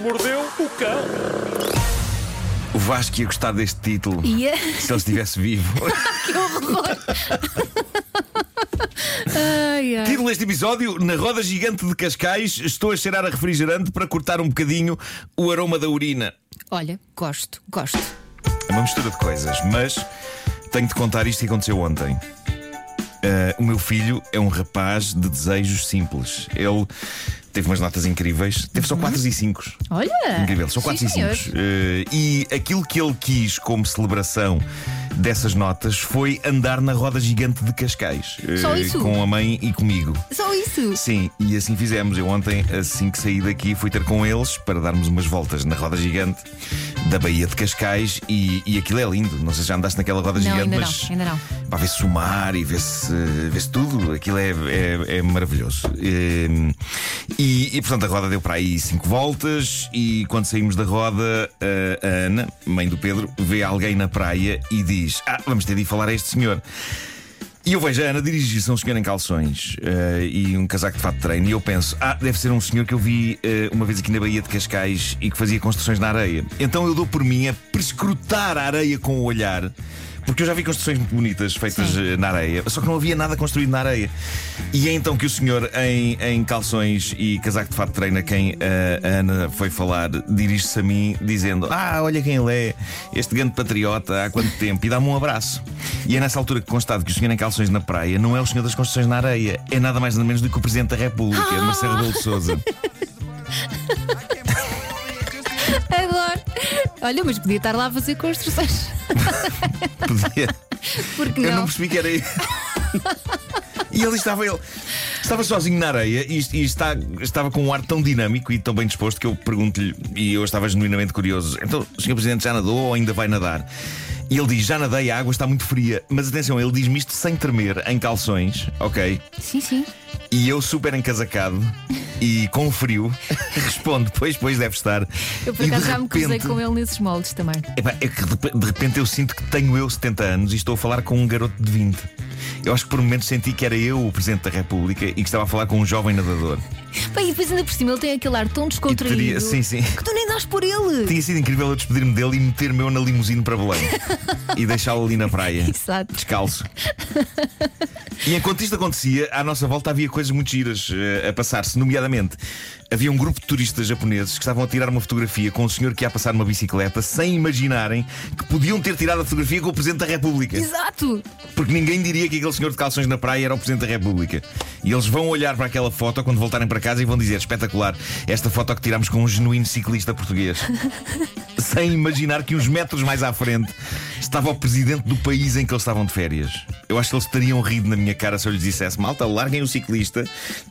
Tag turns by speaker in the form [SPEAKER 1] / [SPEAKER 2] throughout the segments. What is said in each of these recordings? [SPEAKER 1] mordeu o cão.
[SPEAKER 2] O Vasco ia gostar deste título
[SPEAKER 3] Ia.
[SPEAKER 2] se ele estivesse vivo.
[SPEAKER 3] Ai, ai.
[SPEAKER 2] Título deste episódio: Na roda gigante de Cascais, estou a cheirar a refrigerante para cortar um bocadinho o aroma da urina.
[SPEAKER 3] Tipo- Olha, gosto, gosto.
[SPEAKER 2] É uma mistura de coisas, mas tenho de contar isto que aconteceu ontem. Ah, o meu filho é um rapaz de desejos simples. Ele teve umas notas incríveis, teve só 4 e 5.
[SPEAKER 3] Olha!
[SPEAKER 2] Incrível, só 4
[SPEAKER 3] Sim,
[SPEAKER 2] e 5.
[SPEAKER 3] senhor.
[SPEAKER 2] e aquilo que ele quis como celebração dessas notas foi andar na roda gigante de Cascais.
[SPEAKER 3] Só
[SPEAKER 2] eh,
[SPEAKER 3] isso?
[SPEAKER 2] Com a mãe e comigo.
[SPEAKER 3] Só isso.
[SPEAKER 2] Sim, e assim fizemos. Eu ontem, assim que saí daqui, fui ter com eles para darmos umas voltas na roda gigante da Baía de Cascais e, e aquilo é lindo. Não sei se já andaste naquela roda
[SPEAKER 3] Não,
[SPEAKER 2] gigante,
[SPEAKER 3] ainda
[SPEAKER 2] mas.
[SPEAKER 3] não, ainda não.
[SPEAKER 2] Pá, vê-se o mar e vê-se vê tudo. Aquilo é, é, é maravilhoso. Ehm, E, e, portanto a roda deu para aí cinco voltas. E quando saímos da roda, a- a Ana, mãe do Pedro, vê alguém na praia e diz: Ah, vamos ter de ir falar a este senhor. E eu vejo a Ana dirigir-se a um senhor em calções eh, e um casaco de fato de treino. E eu penso, ah, deve ser um senhor que eu vi eh, uma vez aqui na Baía de Cascais e que fazia construções na areia. Então eu dou por mim a prescrutar a areia com o olhar, porque eu já vi construções muito bonitas feitas eh, na areia, só que não havia nada construído na areia. E é então que o senhor em, em calções e casaco de fato de treino, a quem eh, a Ana foi falar, dirige-se a mim dizendo: Ah, olha quem ele é, este grande patriota, há quanto tempo, e dá-me um abraço. E é nessa altura que constato que o senhor em calções na praia não é o senhor das construções na areia, é nada mais nada menos do que o presidente da República, Marcelo Rebelo de Souza.
[SPEAKER 3] Adoro. Olha, mas podia estar lá a fazer construções. Porque
[SPEAKER 2] Eu não
[SPEAKER 3] não?
[SPEAKER 2] percebi que era ele. E ele estava, ele estava sozinho na areia e, e está, estava com um ar tão dinâmico e tão bem disposto que eu pergunto-lhe, e eu estava genuinamente curioso: então, o senhor presidente já nadou ou ainda vai nadar? E ele diz: já nadei, a água está muito fria. Mas atenção, ele diz-me isto sem tremer, em calções, ok?
[SPEAKER 3] Sim, sim.
[SPEAKER 2] E eu super encasacado e com frio respondo, pois, pois deve estar.
[SPEAKER 3] Eu por
[SPEAKER 2] E de
[SPEAKER 3] acaso já me cruzei
[SPEAKER 2] repente-
[SPEAKER 3] com ele nesses moldes também.
[SPEAKER 2] Epá, é que de, de repente eu sinto que tenho eu 70 anos e estou a falar com um garoto de 20. Eu acho que por um momento senti que era eu o Presidente da República e que estava a falar com um jovem nadador.
[SPEAKER 3] Bem, e depois ainda por cima ele tem aquele ar tão descontraído
[SPEAKER 2] teria- sim, sim.
[SPEAKER 3] que tu nem dás por ele.
[SPEAKER 2] Tinha sido incrível eu despedir-me dele e meter-me eu na limusine para Belém e deixá-lo ali na praia.
[SPEAKER 3] Exato.
[SPEAKER 2] Descalço. E enquanto isto acontecia, à nossa volta havia coisas muito giras eh, a passar-se. Nomeadamente, havia um grupo de turistas japoneses que estavam a tirar uma fotografia com um senhor que ia a passar numa bicicleta sem imaginarem que podiam ter tirado a fotografia com o Presidente da República.
[SPEAKER 3] Exato.
[SPEAKER 2] Porque ninguém diria que aquele senhor de calções na praia era o Presidente da República. E eles vão olhar para aquela foto quando voltarem para casa e vão dizer: espetacular, esta foto que tirámos com um genuíno ciclista português. Sem imaginar que uns metros mais à frente estava o Presidente do país em que eles estavam de férias. Eu acho que eles teriam rido na minha cara se eu lhes dissesse: malta, larguem o ciclista,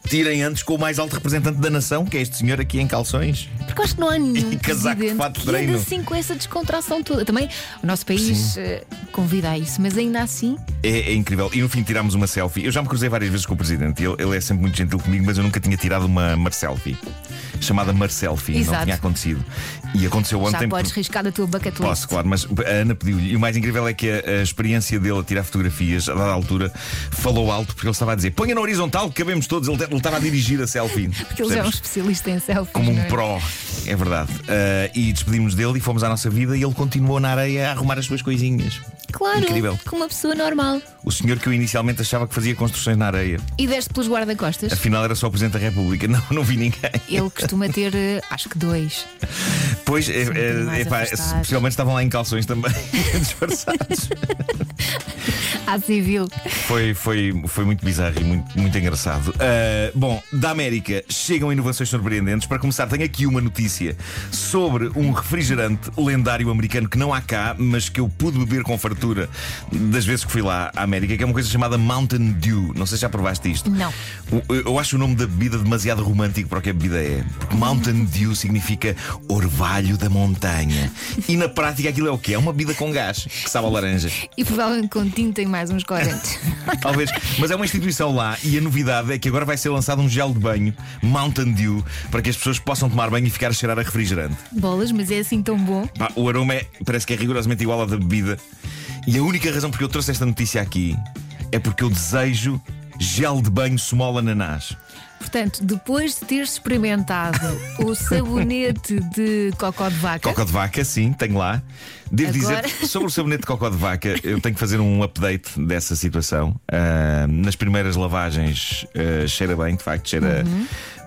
[SPEAKER 2] tirem antes com o mais alto representante da nação, que é este senhor aqui em calções.
[SPEAKER 3] Porque eu acho que não há nenhum
[SPEAKER 2] E casaco de
[SPEAKER 3] presidente
[SPEAKER 2] fato de
[SPEAKER 3] que ainda
[SPEAKER 2] treino.
[SPEAKER 3] assim com essa descontração toda. Também o nosso país eh, convida a isso, mas ainda assim,
[SPEAKER 2] É, é incrível. E no fim tirámos uma selfie. Eu já me cruzei várias vezes com o presidente. Ele, ele é sempre muito gentil comigo, mas eu nunca tinha tirado uma Marselfie. Chamada Marselfie. Não
[SPEAKER 3] Exato.
[SPEAKER 2] tinha acontecido. E aconteceu ontem.
[SPEAKER 3] já podes
[SPEAKER 2] porque-
[SPEAKER 3] riscar da tua bucket list.
[SPEAKER 2] Posso, claro, mas a Ana pediu-lhe. E o mais incrível é que a, a experiência dele a tirar fotografias, a dada altura, falou alto porque ele estava a dizer: ponha na horizontal, que cabemos todos. Ele, ele estava a dirigir a selfie.
[SPEAKER 3] Porque ele já é um
[SPEAKER 2] Percebes?
[SPEAKER 3] especialista em selfies.
[SPEAKER 2] Como
[SPEAKER 3] não
[SPEAKER 2] um
[SPEAKER 3] é?
[SPEAKER 2] pró, é verdade. Ah, e despedimos dele e fomos à nossa vida. E ele continuou na areia a arrumar as suas coisinhas.
[SPEAKER 3] Claro,
[SPEAKER 2] Incrível.
[SPEAKER 3] como uma pessoa normal.
[SPEAKER 2] O senhor que eu inicialmente achava que fazia construções na areia.
[SPEAKER 3] E deste pelos guarda-costas.
[SPEAKER 2] Afinal era só o Presidente da República, não, não vi ninguém.
[SPEAKER 3] Ele costuma ter, eh, acho que dois.
[SPEAKER 2] Pois, é,
[SPEAKER 3] bocadinho
[SPEAKER 2] é,
[SPEAKER 3] mais
[SPEAKER 2] epá,
[SPEAKER 3] afastados.
[SPEAKER 2] se- possivelmente estavam lá em calções também, disfarçados.
[SPEAKER 3] À civil.
[SPEAKER 2] foi, foi, foi muito bizarro e muito, muito engraçado. Ah, bom, da América chegam inovações surpreendentes. Para começar, tenho aqui uma notícia sobre um refrigerante lendário americano que não há cá, mas que eu pude beber com fartura das vezes que fui lá à América, que é uma coisa chamada Mountain Dew. Não sei se já provaste isto.
[SPEAKER 3] Não.
[SPEAKER 2] O- Eu, acho o nome da bebida demasiado romântico para o que a bebida é. Porque Mountain Dew significa orvalho da montanha. E na prática aquilo é o quê? É uma bebida com gás, que sabe a laranja.
[SPEAKER 3] E provavelmente com tinta e mais uns corantes.
[SPEAKER 2] Talvez. Mas é uma instituição lá e a novidade é que agora vai ser lançado um gel de banho, Mountain Dew, para que as pessoas possam tomar banho e ficar a cheirar a refrigerante.
[SPEAKER 3] Bolas, mas é assim tão bom.
[SPEAKER 2] Pá, o aroma é- parece que é rigorosamente igual ao da bebida. E a única razão porque eu trouxe esta notícia aqui é porque eu desejo gel de banho Small Ananás.
[SPEAKER 3] Portanto, depois de teres experimentado o sabonete de cocó de vaca,
[SPEAKER 2] Cocó de vaca, sim, tenho lá. Devo
[SPEAKER 3] Agora-
[SPEAKER 2] dizer, sobre o sabonete de cocó de vaca, eu tenho que fazer um update dessa situação. Ah, nas primeiras lavagens ah, cheira bem, de facto, cheira.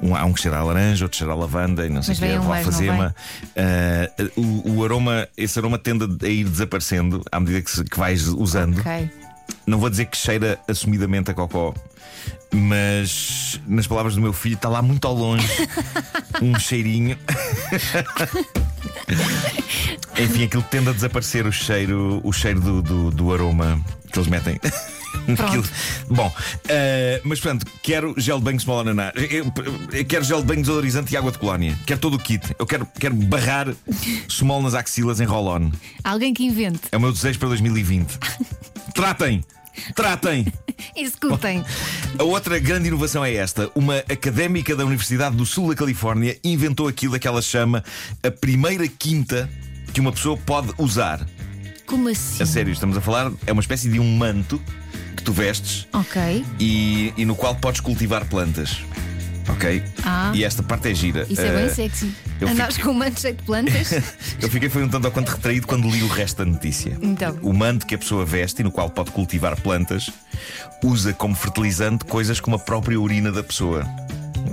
[SPEAKER 2] um- há um que cheira a laranja, outro cheira a lavanda e não sei o
[SPEAKER 3] Uhum. Mas
[SPEAKER 2] que,
[SPEAKER 3] vem
[SPEAKER 2] é,
[SPEAKER 3] um mais, não
[SPEAKER 2] alfazema. Ah, o, o aroma, esse aroma tende a ir desaparecendo à medida que, se- que vais usando.
[SPEAKER 3] ok.
[SPEAKER 2] Não vou dizer que cheira assumidamente a cocó, mas nas palavras do meu filho está lá muito ao longe um cheirinho. Enfim, aquilo tende a desaparecer o cheiro, o cheiro do, do- do aroma que eles metem. naquilo. Bom, eh, mas pronto, quero gel de banho small ananá. Eu, eu quero gel de banho desodorizante e água de colónia. Quero todo o kit. Eu quero, quero barrar small nas axilas em roll-on.
[SPEAKER 3] Alguém que invente,
[SPEAKER 2] É o meu desejo para 2020. Tratem! Tratem!
[SPEAKER 3] executem.
[SPEAKER 2] A outra grande inovação é esta. Uma académica da Universidade do Sul da Califórnia inventou aquilo que ela chama a primeira quinta que uma pessoa pode usar.
[SPEAKER 3] Como assim?
[SPEAKER 2] A sério, estamos a falar, é uma espécie de um manto que tu vestes
[SPEAKER 3] Ok.
[SPEAKER 2] e, e no qual podes cultivar plantas. Ok?
[SPEAKER 3] Ah.
[SPEAKER 2] E esta parte é gira.
[SPEAKER 3] Isso é bem
[SPEAKER 2] Eh,
[SPEAKER 3] sexy.
[SPEAKER 2] eu
[SPEAKER 3] Andares com um manto cheio de plantas.
[SPEAKER 2] Eu fiquei foi um tanto ao quanto retraído quando li o resto da notícia.
[SPEAKER 3] Então.
[SPEAKER 2] O manto que a pessoa veste e no qual pode cultivar plantas usa como fertilizante coisas como a própria urina da pessoa.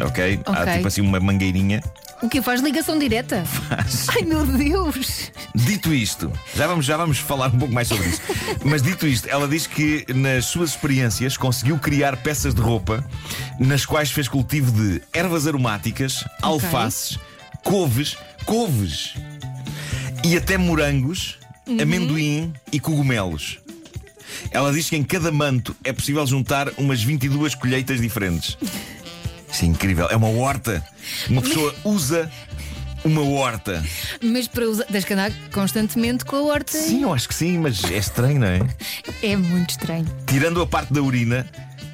[SPEAKER 2] Ok? Há
[SPEAKER 3] Ok.
[SPEAKER 2] tipo assim uma mangueirinha.
[SPEAKER 3] o que faz ligação direta? Ai meu Deus!
[SPEAKER 2] Dito isto, já vamos, já vamos falar um pouco mais sobre isso. Mas dito isto, ela diz que nas suas experiências conseguiu criar peças de roupa nas quais fez cultivo de ervas aromáticas, alfaces, couves, couves e até morangos, amendoim e cogumelos. Ela diz que em cada manto é possível juntar umas 22 colheitas diferentes. Isso é incrível, é uma horta. Uma pessoa usa uma horta.
[SPEAKER 3] Mas para usar, tens que andar constantemente com a horta.
[SPEAKER 2] Sim, eu acho que sim, mas é estranho, não é?
[SPEAKER 3] É muito estranho.
[SPEAKER 2] Tirando a parte da urina,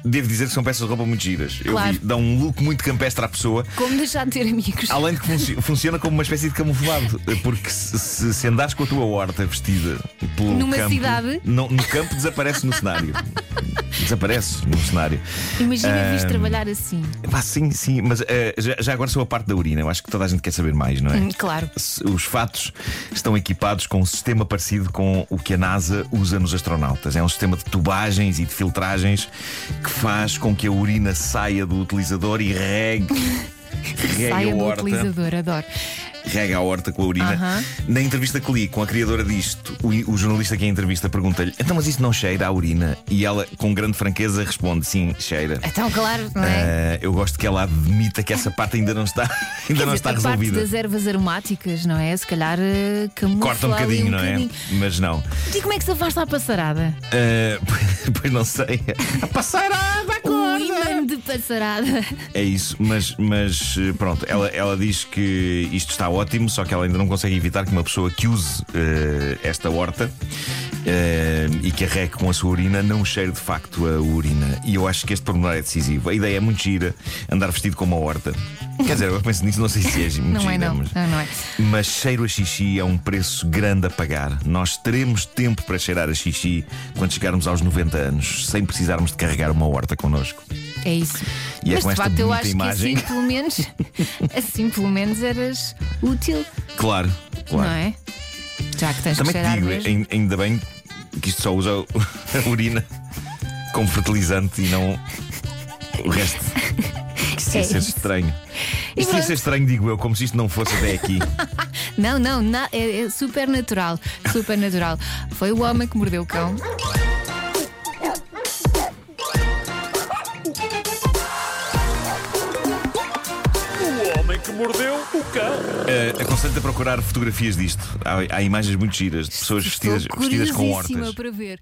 [SPEAKER 2] devo dizer que são peças de roupa muito giras.
[SPEAKER 3] Claro.
[SPEAKER 2] Eu vi, dá um look muito campestre à pessoa.
[SPEAKER 3] Como deixar de ter amigos?
[SPEAKER 2] Além de que funci- funciona como uma espécie de camuflado, porque se, se- se andares com a tua horta vestida pelo
[SPEAKER 3] Numa
[SPEAKER 2] campo,
[SPEAKER 3] cidade?
[SPEAKER 2] não- no campo desaparece no cenário. Desaparece no cenário.
[SPEAKER 3] Imagina vis
[SPEAKER 2] Ahm.
[SPEAKER 3] trabalhar assim.
[SPEAKER 2] Pá, sim, sim, mas eh, já, já agora sou a parte da urina. Eu acho que toda a gente quer saber mais, não é?
[SPEAKER 3] Hum, Claro.
[SPEAKER 2] Se- Os fatos estão equipados com um sistema parecido com o que a NASA usa nos astronautas. É um sistema de tubagens e de filtragens que faz com que a urina saia do utilizador e regue. regue
[SPEAKER 3] Saia
[SPEAKER 2] a
[SPEAKER 3] do
[SPEAKER 2] horta,
[SPEAKER 3] utilizador, adoro.
[SPEAKER 2] rega a horta com a urina.
[SPEAKER 3] Aham.
[SPEAKER 2] Na entrevista que li com a criadora disto, o, o jornalista que a entrevista pergunta-lhe: então, mas isso não cheira à urina? E ela, com grande franqueza, responde: sim, cheira.
[SPEAKER 3] Então, claro, não é?
[SPEAKER 2] Ah, eu gosto que ela admita que essa parte ainda não está, ainda
[SPEAKER 3] Quer
[SPEAKER 2] não
[SPEAKER 3] dizer,
[SPEAKER 2] está
[SPEAKER 3] a parte
[SPEAKER 2] resolvida.
[SPEAKER 3] das ervas aromáticas, não é? Se calhar eh, camufla
[SPEAKER 2] Corta um bocadinho,
[SPEAKER 3] ali
[SPEAKER 2] não é?
[SPEAKER 3] bocadinho.
[SPEAKER 2] Mas não.
[SPEAKER 3] E como é que se afasta a passarada?
[SPEAKER 2] Ah, pois não sei. A passarada,
[SPEAKER 3] O Um imã de passarada.
[SPEAKER 2] É isso, mas, mas eh, pronto, ela, ela diz que isto está ótimo, só que ela ainda não consegue evitar que uma pessoa que use eh, esta horta eh, e que arreque com a sua urina não cheire de facto a urina. E eu acho que este pormenor é decisivo. A ideia é muito gira, andar vestido com uma horta. Quer dizer, eu penso nisso, não sei se é muito
[SPEAKER 3] Não é,
[SPEAKER 2] gira,
[SPEAKER 3] não.
[SPEAKER 2] mas-
[SPEAKER 3] Não, não é.
[SPEAKER 2] Mas cheiro a xixi é um preço grande a pagar. Nós teremos tempo para cheirar a xixi quando chegarmos aos 90 anos, sem precisarmos de carregar uma horta connosco.
[SPEAKER 3] É isso.
[SPEAKER 2] E é
[SPEAKER 3] Mas
[SPEAKER 2] com
[SPEAKER 3] de
[SPEAKER 2] esta
[SPEAKER 3] facto eu
[SPEAKER 2] bonita
[SPEAKER 3] acho
[SPEAKER 2] imagem.
[SPEAKER 3] que assim pelo menos assim pelo menos eras útil,
[SPEAKER 2] Claro, claro.
[SPEAKER 3] não é? Já que tens
[SPEAKER 2] Também
[SPEAKER 3] que
[SPEAKER 2] te
[SPEAKER 3] cheirar
[SPEAKER 2] digo,
[SPEAKER 3] mesmo.
[SPEAKER 2] ain- ainda bem que isto só usa o- a urina como fertilizante e não o resto. Isso
[SPEAKER 3] É
[SPEAKER 2] ia ser
[SPEAKER 3] isso.
[SPEAKER 2] estranho.
[SPEAKER 3] E
[SPEAKER 2] Isto ia
[SPEAKER 3] pronto.
[SPEAKER 2] ser estranho, digo eu, como se isto não fosse até aqui.
[SPEAKER 3] Não, não, na- é, é super natural. Super natural. Foi o homem que mordeu o cão.
[SPEAKER 1] O homem que mordeu o cão.
[SPEAKER 2] Uh, Aconselho-te a procurar fotografias disto. Há, há imagens muito giras de pessoas vestidas,
[SPEAKER 3] Estou
[SPEAKER 2] vestidas com
[SPEAKER 3] curiosíssima
[SPEAKER 2] hortas.
[SPEAKER 3] para ver.